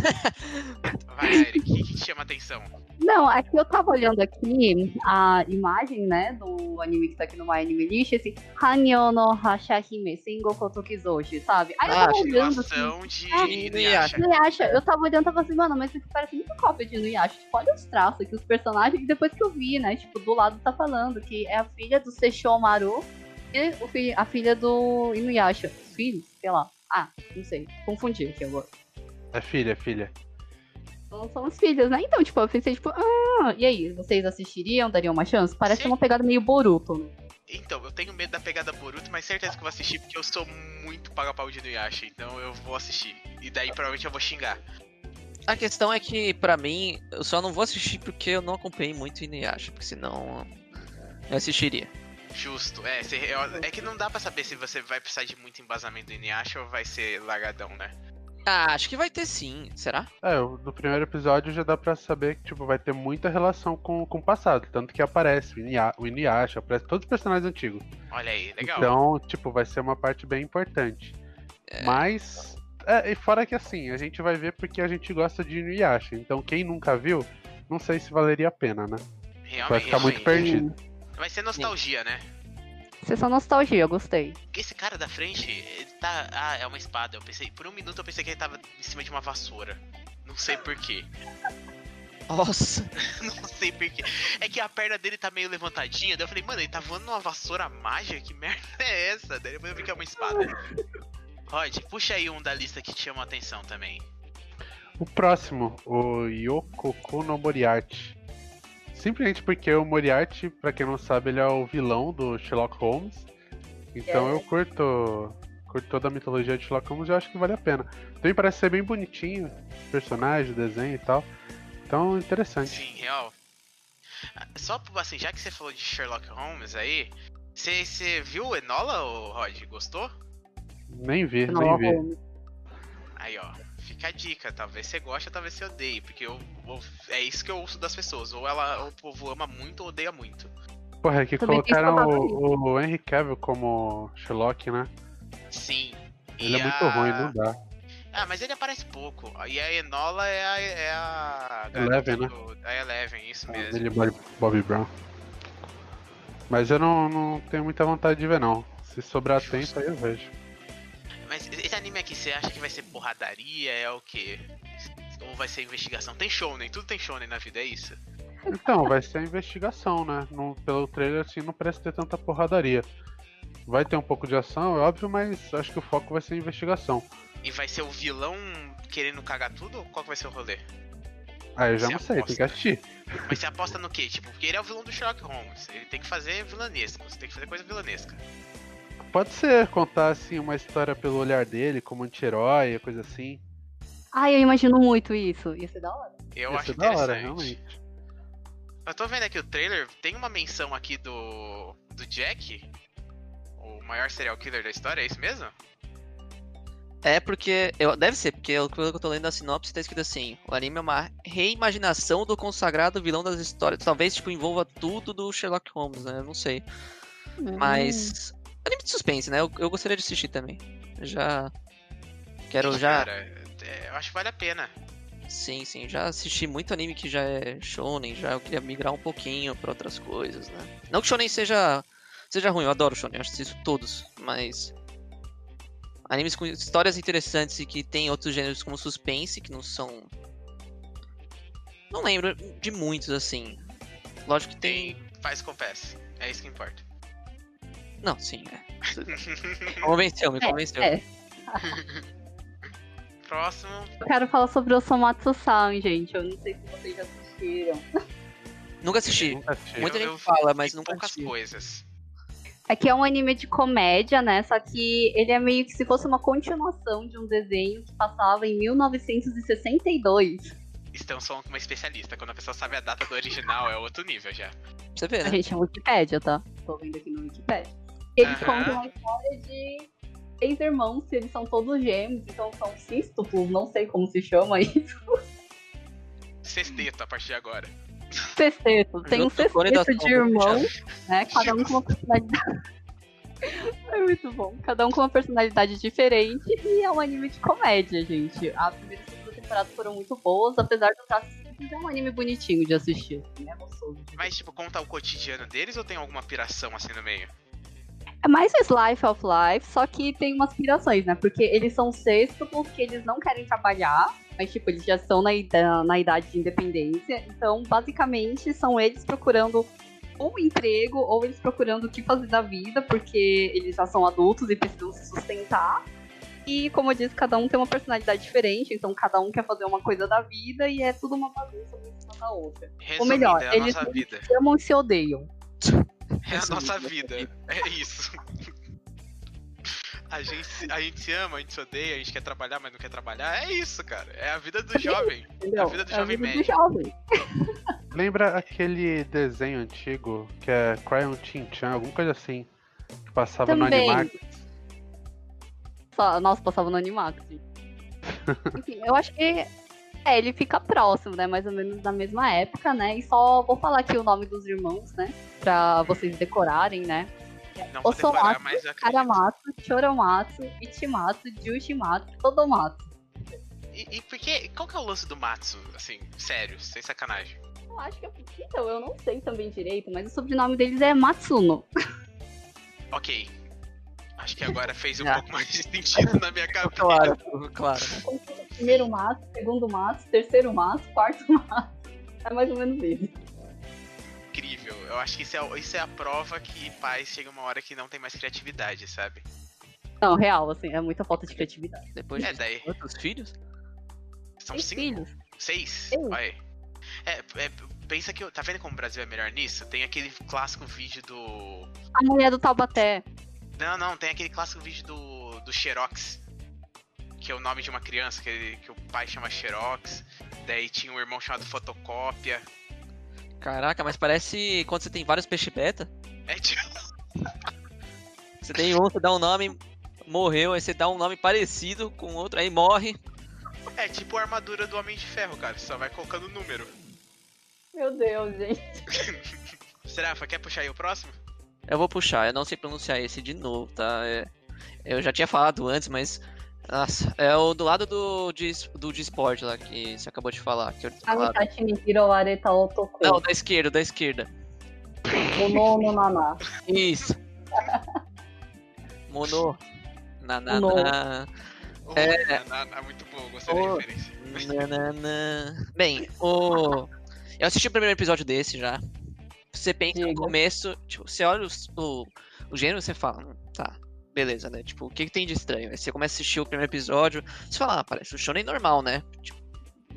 Vai, Eric, o que, que te chama atenção? Não, aqui eu tava olhando aqui a imagem, né, do anime que tá aqui no My Anime List, esse Hanyo no Hashahime, Sengoku Tokizoshi, sabe? Aí eu Ah, tava olhando assim, Animação de É, Inuyasha. Nuyasha, eu tava olhando e tava assim, mano, mas isso parece muito cópia de Nuyasha, tipo, olha os traços aqui, os personagens, e depois que eu vi, né, tipo, do lado tá falando que é a filha do Seishomaru e o fi- a filha do Inuyasha, os filhos, sei lá. Ah, não sei, confundi aqui agora. É filha, é filha. Não são os filhos, né? Então, tipo, eu pensei, tipo, ah, e aí, vocês assistiriam, dariam uma chance? Parece Sim. uma pegada meio Boruto, né? Então, eu tenho medo da pegada Boruto, mas certeza que eu vou assistir porque eu sou muito paga-pau de Inuyasha, então eu vou assistir. E daí provavelmente eu vou xingar. A questão é que, pra mim, eu só não vou assistir porque eu não acompanhei muito Inuyasha, porque senão eu assistiria. Justo, é, cê- é, é que não dá pra saber se você vai precisar de muito embasamento do Inuyasha ou vai ser largadão, né? Ah, acho que vai ter sim, será? É, eu- no primeiro episódio já dá pra saber que tipo, vai ter muita relação com, com o passado. Tanto que aparece o Inia- o Inuyasha, aparece todos os personagens antigos. Olha aí, legal. Então, tipo, vai ser uma parte bem importante. Mas. É, e fora que assim, a gente vai ver porque a gente gosta de Inuyasha. Então, quem nunca viu, não sei se valeria a pena, né? realmente, Vai ficar muito realmente. perdido. Vai ser nostalgia, né? Sessão nostalgia, gostei. Porque esse cara da frente, ele tá. Ah, é uma espada. Eu pensei, por um minuto eu pensei que ele tava em cima de uma vassoura. Não sei porquê. Nossa, Não sei porquê. É que a perna dele tá meio levantadinha. Daí eu falei, mano, ele tá voando numa vassoura mágica? Que merda é essa? Daí depois eu vi que é uma espada. Rod, puxa aí um da lista que te chama a atenção também. O próximo, o Yokoku no Moriarty. Simplesmente porque o Moriarty, pra quem não sabe, ele é o vilão do Sherlock Holmes. Então É. eu curto, curto toda a mitologia de Sherlock Holmes e eu acho que vale a pena. Também parece ser bem bonitinho, personagem, desenho e tal. Então, interessante. Sim, real. Ah, Só por- assim, já que você falou de Sherlock Holmes aí, você- você viu o Enola, ô, Rod? Gostou? Nem vi, nem Não, vi. Aí, ó, fica a dica, talvez você goste, talvez você odeie, porque eu, eu- é isso que eu ouço das pessoas, ou ela ou o povo ama muito ou odeia muito. Porra, é que Também tem colocaram saudade o, o Henry Cavill como Sherlock, né? Sim. Ele E é muito a- ruim, não dá. Ah, mas ele aparece pouco. E a Enola é a. É a Eleven, né? do- A Eleven, isso mesmo. Ele é Bob- Bobby Brown. Mas eu não, não tenho muita vontade de ver, não. Se sobrar tempo, aí eu vejo. Mas esse anime aqui, você acha que vai ser porradaria? É o quê? Ou vai ser investigação? Tem shonen, tudo tem shonen na vida, é isso? Então, vai ser a investigação, né? No- pelo trailer, assim, não parece ter tanta porradaria. Vai ter um pouco de ação, é óbvio, mas acho que o foco vai ser a investigação. E vai ser o vilão querendo cagar tudo ou qual que vai ser o rolê? Ah, eu já Você não sei, tem que aposta. assistir. Mas você aposta no quê? Tipo, porque ele é o vilão do Sherlock Holmes. Ele tem que fazer vilanesco. Você tem que fazer coisa vilanesca. Pode ser contar, assim, uma história pelo olhar dele, como anti-herói, coisa assim. Ai, eu imagino muito isso. Ia ser da hora. Eu Ia acho ser da interessante. hora, realmente. Eu tô vendo aqui o trailer, tem uma menção aqui do. do Jack? O maior serial killer da história, é isso mesmo? É porque. Eu, deve ser, porque eu- pelo que eu tô lendo da sinopse tá escrito assim: o anime é uma reimaginação do consagrado vilão das histórias. Talvez, tipo, envolva tudo do Sherlock Holmes, né? Eu não sei. Hum. Mas. Anime de suspense, né? Eu, eu gostaria de assistir também. Eu Já. Quero Ih, já. Cara, é, eu acho que vale a pena. Sim, sim. Já assisti muito anime que já é shonen, já eu queria migrar um pouquinho pra outras coisas, né? Não que shonen seja seja ruim, eu adoro shonen, eu assisto todos, mas animes com histórias interessantes e que tem outros gêneros como suspense, que não são não lembro de muitos assim. Lógico que tem, Faz com pass. É isso que importa. não, sim, é. Convenceu, me convenceu. É. Próximo. Eu quero falar sobre o Somatsu-san, gente. Eu não sei se vocês já assistiram. Nunca assisti. Nunca assisti. Muita eu- gente eu fala, vi mas nunca poucas assisti. coisas. Aqui é um anime de comédia, né? Só que ele é meio que se fosse uma continuação de um desenho que passava em 1962. Estamos falando com uma especialista. Quando a pessoa sabe a data do original, é outro nível já. Você vê, A né? gente é Wikipédia, tá? Tô vendo aqui no Wikipédia. Eles Aham. contam a história de seis irmãos, que eles são todos gêmeos, então são cístuplos, não sei como se chama aí. Sexteto a partir de agora. Sexteto. Tem um Junto com o Cone da sexteto de Sombra, irmão. né? Cada um com uma personalidade. É muito bom. Cada um com uma personalidade diferente e é um anime de comédia, gente. A primeira e a segunda temporada foram muito boas, apesar do traço simples, é um anime bonitinho de assistir, assim, é gostoso. de ver. Mas, tipo, conta o cotidiano deles ou tem alguma piração assim no meio? É mais o Life of Life, só que tem umas pirações, né? Porque eles são sextuplos que eles não querem trabalhar, mas, tipo, eles já são na, ida- na idade de independência. Então, basicamente, são eles procurando ou emprego, ou eles procurando o que fazer da vida, porque eles já são adultos e precisam se sustentar. E, como eu disse, cada um tem uma personalidade diferente, então cada um quer fazer uma coisa da vida e é tudo uma bagunça uma em cima da outra. Ou Resumida, melhor, é a eles nossa vida. se amam e se odeiam. É a nossa Resumida. vida. É isso. A gente, se- a gente se ama, a gente se odeia, a gente quer trabalhar, mas não quer trabalhar. É isso, cara. É a vida do jovem. Entendeu? A vida do É jovem vida do médio. jovem. Lembra aquele desenho antigo que é Crayon Chin-chan, alguma coisa assim, que passava Também. no Animax? Só- nossa, passava no Animax. Enfim, eu acho que é, ele fica próximo, né? Mais ou menos na mesma época, né? E só vou falar aqui o nome dos irmãos, né? Pra vocês decorarem, né? Não vou decorar, Osomatsu, mas eu acredito. Karamatsu, Choromatsu, Ichimatsu, Jushimatsu, Todomatsu. E, e por que- Qual que é o lance do Matsu? Assim, sério, sem sacanagem. Eu acho que... eu- Então, eu não sei também direito, mas o sobrenome deles é Matsuno. Ok. Acho que agora fez um Ah. pouco mais de sentido na minha cabeça. Claro, claro. Primeiro Matsu, segundo Matsu, terceiro Matsu, quarto Matsu. É mais ou menos isso. Incrível. Eu acho que isso é, isso é a prova que pais chega uma hora que não tem mais criatividade, sabe? Não, real, assim, é muita falta de criatividade. Depois É, de daí. quantos filhos? São Tem cinco. filhos. Seis? Seis. Olha aí. É, é, pensa que. eu- Tá vendo como o Brasil é melhor nisso? Tem aquele clássico vídeo do. A mulher do Taubaté. Não, não, tem aquele clássico vídeo do. do Xerox. Que é o nome de uma criança, que, ele- que o pai chama Xerox. Daí tinha um irmão chamado Fotocópia. Caraca, mas parece quando você tem vários peixe beta. É tipo. Você tem um, você dá um nome, morreu, aí você dá um nome parecido com outro, aí morre. É tipo a armadura do Homem de Ferro, cara. Você só vai colocando o número. Meu Deus, gente. Serafa, quer puxar aí o próximo? É. Eu vou puxar, eu não sei pronunciar esse de novo, tá? É, eu já tinha falado antes, mas. Nossa, é o do lado do de, es- do de esporte lá que você acabou de falar. Que eu Ah, tinha falado. Amitachi Nihiro Areta Otoko. Não, da esquerda, da esquerda. Mono no Naná. Isso. Mono. Na, na, Mono. na. Oh, É. na- na- na- muito bom, gostei Oh. da referência. Nananã. Bem, o. Eu assisti o primeiro episódio desse já. Você pensa no Diga. começo, tipo, você olha os- o, o gênero e você fala, "Hum, tá, beleza, né? Tipo, o que, que tem de estranho? Aí você começa a assistir o primeiro episódio, você fala, ah, parece um shonen normal, né? Tipo,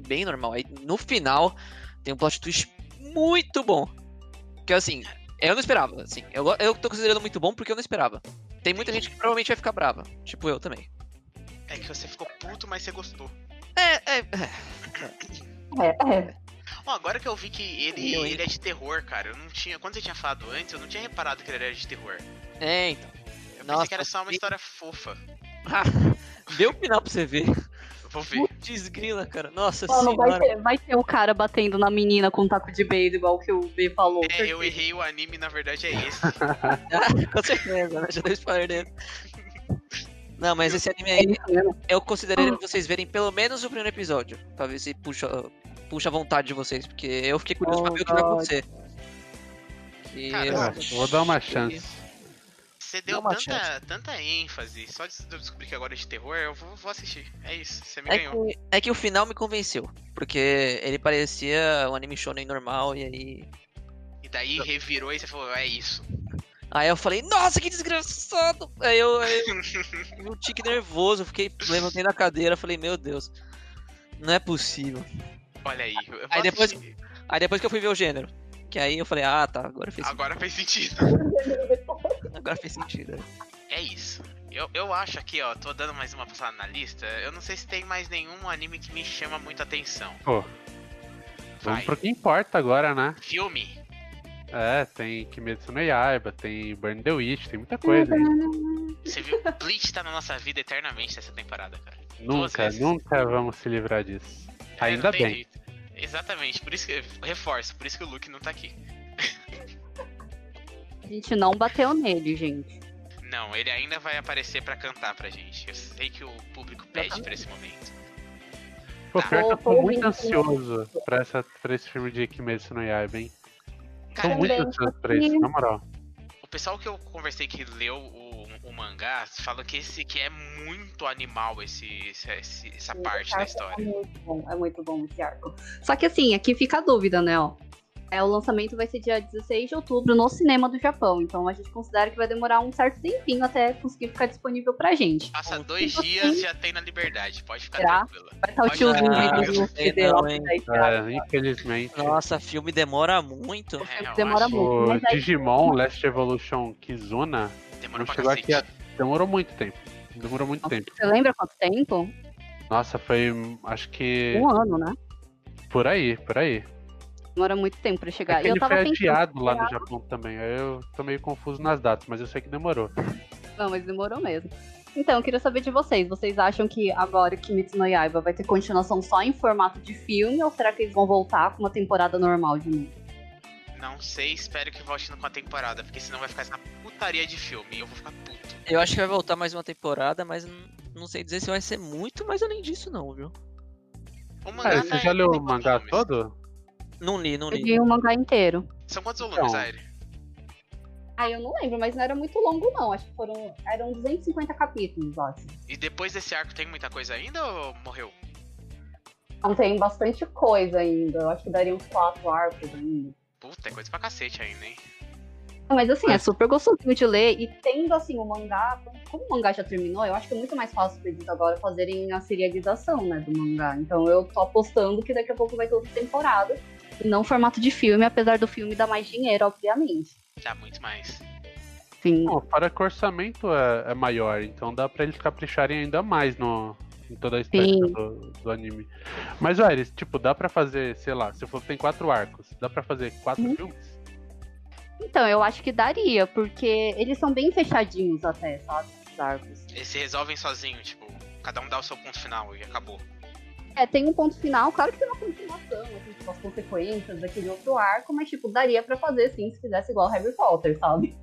bem normal. Aí no final tem um plot twist muito bom. Que assim, eu não esperava, assim. Eu, go- eu tô considerando muito bom porque eu não esperava. Tem muita gente que provavelmente vai ficar brava, tipo eu também. É que você ficou puto, mas você gostou. É, é, É, é. Bom, agora que eu vi que ele, Eu, hein? ele é de terror, cara, eu não tinha. Quando você tinha falado antes, eu não tinha reparado que ele era de terror. é, então. Eu Nossa, pensei que era só uma sim. história fofa. Vê o final pra você ver. Eu vou ver. Putz, grila, cara. Nossa Mano, vai senhora. ter, vai ter o cara batendo na menina com um taco de beijo, igual que o B falou. É, eu errei o anime, na verdade é esse. Com certeza, né? Já deu spoiler dele. Não, mas esse anime É aí, isso mesmo. eu Ah. consideraria vocês verem pelo menos o primeiro episódio. Pra ver se puxa, puxa a vontade de vocês. Porque eu fiquei curioso pra ver o que vai Oh, acontecer. E Cara, É, eu vou dar uma chance. Você Dá deu uma tanta, chance. tanta ênfase, só de eu descobrir que agora é de terror, eu vou, vou assistir. É isso, você me É ganhou. que, é que o final me convenceu. Porque ele parecia um anime shonen normal. E aí. E daí revirou e você falou, é isso. Aí eu falei, nossa, que desgraçado! Aí eu. Aí eu tive um tique nervoso. eu Fiquei. Levantei na cadeira. Falei, meu Deus. Não é possível. Olha aí. eu vou Aí depois- assistir. Aí depois que eu fui ver o gênero. Que aí eu falei, ah tá, agora fez, Agora fez sentido. agora fez sentido. É isso. Eu, eu acho aqui, ó, tô dando mais uma passada na lista. Eu não sei se tem mais nenhum anime que me chama muita atenção. Pô, Vai. vamos pro que importa agora, né? Filme. É, tem Kimetsu no Yaiba, tem Burn the Witch, tem muita coisa. Uhum. aí. Você viu? Bleach tá na nossa vida eternamente nessa temporada, cara. Nunca, vezes. nunca vamos se livrar disso. É, não Ainda tem bem. jeito. Exatamente, por isso que. Reforço, por isso que o Luke não tá aqui. A gente não bateu nele, gente. Não, ele ainda vai aparecer pra cantar pra gente. Eu sei que o público Ah. pede pra esse momento. Pô, pior que eu tô Ou- muito ou- ansioso pra, essa, pra esse filme de Kimetsu no Yaiba, hein? Tô Cara, muito ansioso pra isso, na moral. o pessoal que eu conversei que leu o, o mangá fala que esse que é muito animal esse, esse- esse- essa parte da história. É muito bom, é muito bom esse arco. Só que assim, aqui fica a dúvida, né, ó. É, o lançamento vai ser dia 16 de outubro no cinema do Japão, então a gente considera que vai demorar um certo tempinho até conseguir ficar disponível pra gente. Passa Então, dois tipo se dias, assim. você já tem na liberdade, pode ficar Será? tranquila. Vai estar o Olha, tiozinho ah, vendendo eu não sei CD lá não, pra hein. dez reais. É, infelizmente. Nossa, filme demora muito. É, eu demora acho. muito, O mas aí- Digimon Last Evolution Kizuna Demorou não pra chegou cacete. aqui. A... Demorou muito tempo. Demorou muito Nossa, tempo. Você lembra quanto tempo? Nossa, foi. hum, Acho que. Um ano, né? Por aí, por aí. Demora muito tempo pra É chegar. que E eu ele tava foi pensando, adiado lá no Japão também. Aí eu tô meio confuso nas datas, mas eu sei que demorou. não, mas demorou mesmo. Então, eu queria saber de vocês. Vocês acham que agora o Kimetsu no Yaiba vai ter continuação só em formato de filme ou será que eles vão voltar com uma temporada normal de novo? Não sei, espero que volte com a temporada, porque senão vai ficar essa putaria de filme e eu vou ficar puto. Eu acho que vai voltar mais uma temporada, mas n- não sei dizer se vai ser muito mais além disso, não, viu? O Cara, tá você em- já leu tem o quantos mangá volumes? todo? Não li, não Eu li. li o um mangá inteiro. São quantos volumes, Então. Aire? Ah, eu não lembro, mas não era muito longo, não. Acho que foram. Eram 250 capítulos, acho. E depois desse arco tem muita coisa ainda ou morreu? Então tem bastante coisa ainda. Eu acho que daria uns quatro arcos assim. ainda. Puta, é coisa pra cacete ainda, hein? Mas assim, é super gostosinho de ler. E tendo assim o mangá, como o mangá já terminou, eu acho que é muito mais fácil pra eles agora fazerem a serialização, né, do mangá. Então eu tô apostando que daqui a pouco vai ter outra temporada. E não formato de filme, apesar do filme dar mais dinheiro, obviamente. Dá muito mais. Sim. Bom, para que o orçamento é, é maior, então dá pra eles capricharem ainda mais no, em toda a estética Sim. do, do anime. Mas, olha, eles, tipo, dá pra fazer, sei lá, se for tem quatro arcos, dá pra fazer quatro Uhum. filmes? Então, eu acho que daria, porque eles são bem fechadinhos até, sabe? Os arcos. Eles se resolvem sozinho, tipo, cada um dá o seu ponto final e acabou. É, tem um ponto final, claro que tem uma continuação, assim, tipo, as consequências daquele outro arco, mas tipo, daria pra fazer sim, se fizesse igual Harry Potter, sabe?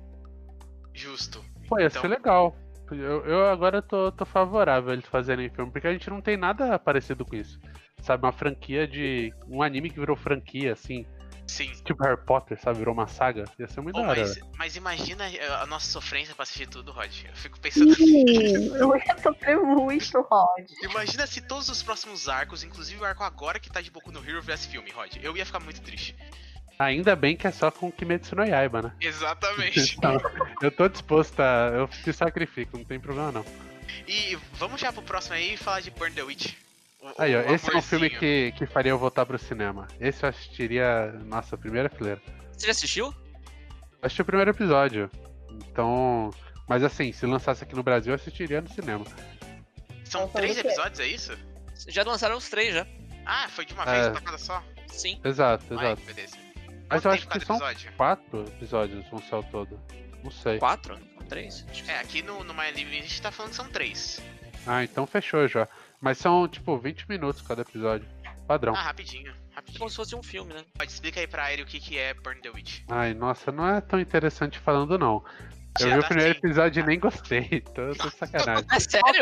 Justo. Pô, ia ser Então- legal. Eu, eu agora tô, tô favorável a eles fazerem filme, porque a gente não tem nada parecido com isso. Sabe, uma franquia de. um anime que virou franquia, assim. Sim. Tipo Harry Potter, sabe? Virou uma saga. Ia ser muito Ô, da hora. mas, velho. mas imagina eh, a nossa sofrência pra assistir tudo, Rod. Eu fico pensando assim. Eu ia sofrer muito, Rod. Imagina se todos os próximos arcos, inclusive o arco agora que tá de Boku no Hero, viesse filme, Rod. Eu ia ficar muito triste. Ainda bem que é só com Kimetsu no Yaiba, né? Exatamente. Então, eu tô disposto a. Eu te sacrifico, não tem problema não. e vamos já pro próximo aí e falar de Burn the Witch. O- o- Aí, ó, o esse é um filme amorzinho. que, que faria eu voltar pro cinema. Esse eu assistiria. Nossa, primeira fileira. Você já assistiu? Eu assisti o primeiro episódio. Então. Mas assim, se lançasse aqui no Brasil, eu assistiria no cinema. São Não, foi três do quê? episódios, é isso? Já lançaram os três já. Ah, foi de uma É. vez, uma cada só? Sim. Exato, Ai, exato. beleza. Mas Quanto eu tempo acho que um cada são episódio? quatro episódios no céu todo. Não sei. Quatro? Três? Acho que É, aqui no, no My Living a gente tá falando que são três. Ah, então fechou já. Mas são tipo 20 minutos cada episódio. Padrão. Ah, rapidinho, é rapidinho. como se fosse um filme, né? Pode explica aí pra ele o que, que é Burn the Witch. Ai, nossa, não é tão interessante falando, não. Eu Já vi o tá primeiro sim. episódio e nem gostei, então eu tô de sacanagem. É sério?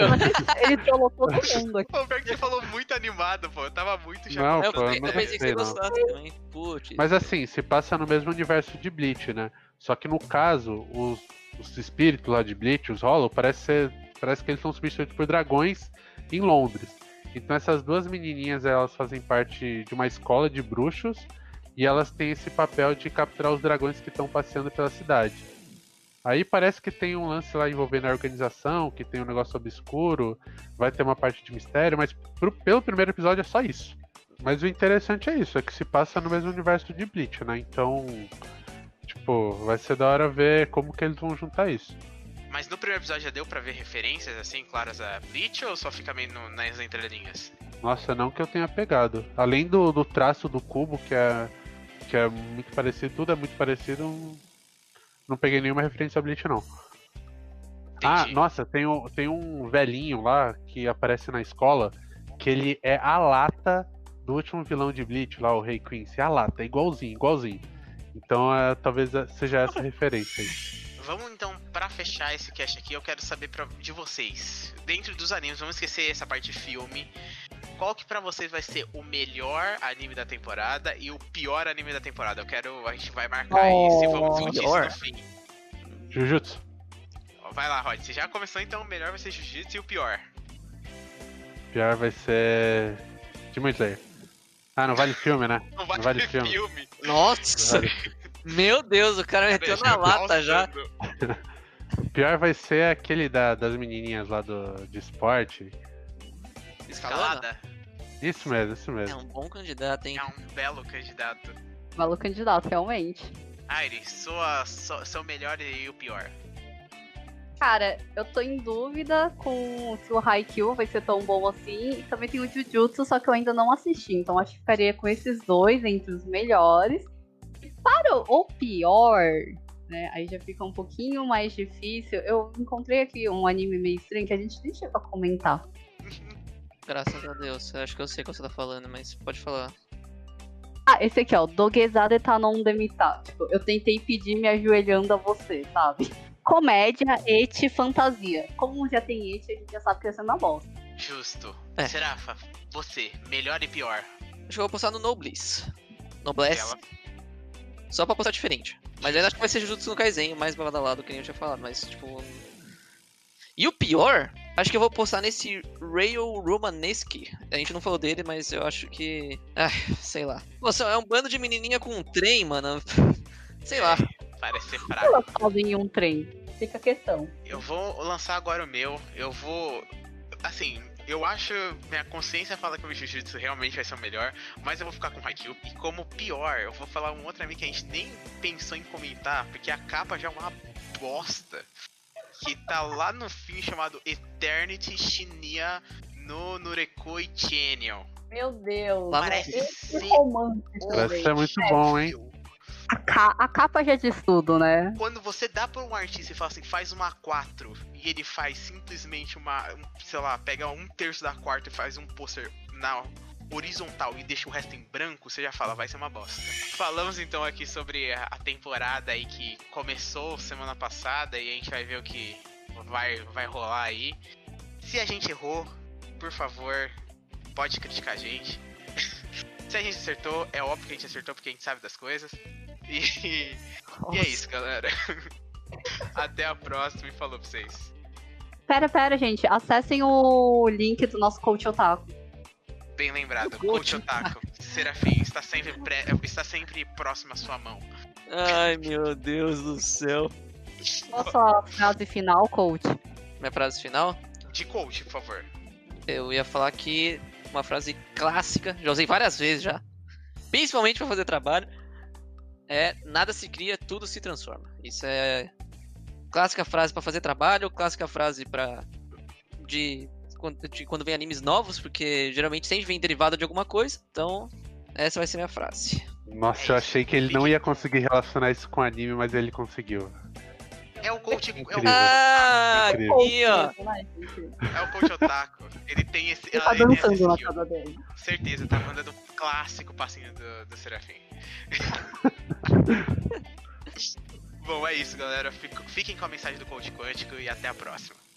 Ele trollou todo mundo aqui. Pô, pior que você falou muito animado, pô. Eu tava muito já. Não, eu, pô, eu pensei- não eu pensei gostei, que você não. gostasse também. Putz. Mas assim, se passa no mesmo universo de Bleach, né? Só que no caso, os, os espíritos lá de Bleach, os Hollow, parece, ser, parece que eles são substituídos por dragões em Londres. Então essas duas menininhas, elas fazem parte de uma escola de bruxos e elas têm esse papel de capturar os dragões que estão passeando pela cidade. Aí parece que tem um lance lá envolvendo a organização, que tem um negócio obscuro, vai ter uma parte de mistério, mas pro- pelo primeiro episódio é só isso. Mas o interessante é isso, é que se passa no mesmo universo de Bleach, né? Então, tipo, vai ser da hora ver como que eles vão juntar isso. Mas no primeiro episódio já deu pra ver referências, assim, claras a Bleach ou só fica meio no- nas entrelinhas? Nossa, não que eu tenha pegado. Além do, do traço do cubo, que é, que é muito parecido, tudo é muito parecido, não- não peguei nenhuma referência a Bleach, não. Ah, Entendi. nossa, tem um, tem um velhinho lá que aparece na escola que ele é a lata do último vilão de Bleach, lá, o Rei Quincy. A lata, é igualzinho, igualzinho. Então é, talvez seja essa a referência aí. Vamos então, pra fechar esse cast aqui, eu quero saber pra, de vocês. Dentro dos animes, vamos esquecer essa parte de filme. Qual que pra vocês vai ser o melhor anime da temporada e o pior anime da temporada? Eu quero. A gente vai marcar isso e vamos discutir pior. isso no fim. Jujutsu. Ó, Vai lá, Rod. Você já começou então, o melhor vai ser Jiu-Jitsu e o pior. Pior vai ser. Demon Slayer. Ah, não vale filme, né? Não vale, vale filme. filme. Nossa! Vale. Meu Deus, o cara meteu na um lata já. Pior vai ser aquele da, das menininhas lá do, de esporte. Escalada? Escalada Isso mesmo, isso É mesmo. um bom candidato, hein? é um belo candidato. Malu candidato, realmente. Aire, sua, sua, seu melhor e o pior. Cara, eu tô em dúvida com se o Haikyuu vai ser tão bom assim. E também tem o Jujutsu, só que eu ainda não assisti. Então acho que ficaria com esses dois entre os melhores. E para o- o pior, né? Aí já fica um pouquinho mais difícil. Eu encontrei aqui um anime meio estranho que a gente nem chegou a comentar. Graças a Deus. Eu acho que eu sei o que você tá falando, mas pode falar. Ah, esse aqui, ó. Dogezade Tanon Demita. Tipo, eu tentei pedir me ajoelhando a você, sabe? Comédia, ete, fantasia. Como já tem ete, a gente já sabe que vai ser uma bosta. Justo. É. Serafa, você, melhor e pior. Acho que eu vou postar no Noblesse. Noblesse. Só pra postar diferente. Mas ainda acho que vai ser Jujutsu no Kaisen, o mais badalado que nem eu tinha falado, mas tipo. E o pior, acho que eu vou postar nesse Rail Romanesque. A gente não falou dele, mas eu acho que. Ah, sei lá. Nossa, é um bando de menininha com um trem, mano. Sei lá. Parece ser que fraco. elas fazem em um trem? Fica a questão. Eu vou lançar agora o meu. Eu vou. Assim, eu acho. Minha consciência fala que o Jujutsu realmente vai ser o melhor. Mas eu vou ficar com o Haikyuu. E como pior, eu vou falar um outro anime que a gente nem pensou em comentar. Porque a capa já é uma bosta. Que tá lá no fim chamado Eternity Shinia no Nurekoi Channel. Meu Deus. Lá Parece Esse é ser romance Parece horrível. ser é muito bom, hein? A, ca- a capa já diz tudo, né? Quando você dá pra um artista e fala assim, faz uma 4 e ele faz simplesmente uma, um, sei lá, pega um terço da quarta e faz um pôster na horizontal e deixa o resto em branco, você já fala, vai ser uma bosta. Falamos então aqui sobre a a temporada aí que começou semana passada e a gente vai ver o que vai, vai rolar aí. Se a gente errou, por favor, pode criticar a gente. Se a gente acertou, é óbvio que a gente acertou porque a gente sabe das coisas. E, e é isso, galera. Até a próxima e falou pra vocês. Pera, pera, gente. Acessem o link do nosso coach otaku. Bem lembrado, Coach Coach Otaku, Serafim, está sempre, pré- está sempre próximo à sua mão. Ai, meu Deus do céu. Qual a sua frase final, coach? Minha frase final, De coach, por favor. eu ia falar que uma frase clássica, já usei várias vezes já, principalmente pra fazer trabalho, é nada se cria, tudo se transforma. Isso é clássica frase pra fazer trabalho, clássica frase pra de quando, de quando vem animes novos, porque geralmente sempre vem derivada de alguma coisa. Então, essa vai ser minha frase. Nossa, eu achei que ele não ia conseguir relacionar isso com anime, mas ele conseguiu. É o coach, é o, Incrível. Ah, Incrível. aqui, ó. Vai, gente. é o coach Otaku. Ele tem esse. Ele tá ele tem essa dançando na skill. casa dele. Certeza, tá mandando um clássico passinho do, do Serafim. Bom, é isso, galera. Fico- Fiquem com a mensagem do coach quântico e até a próxima.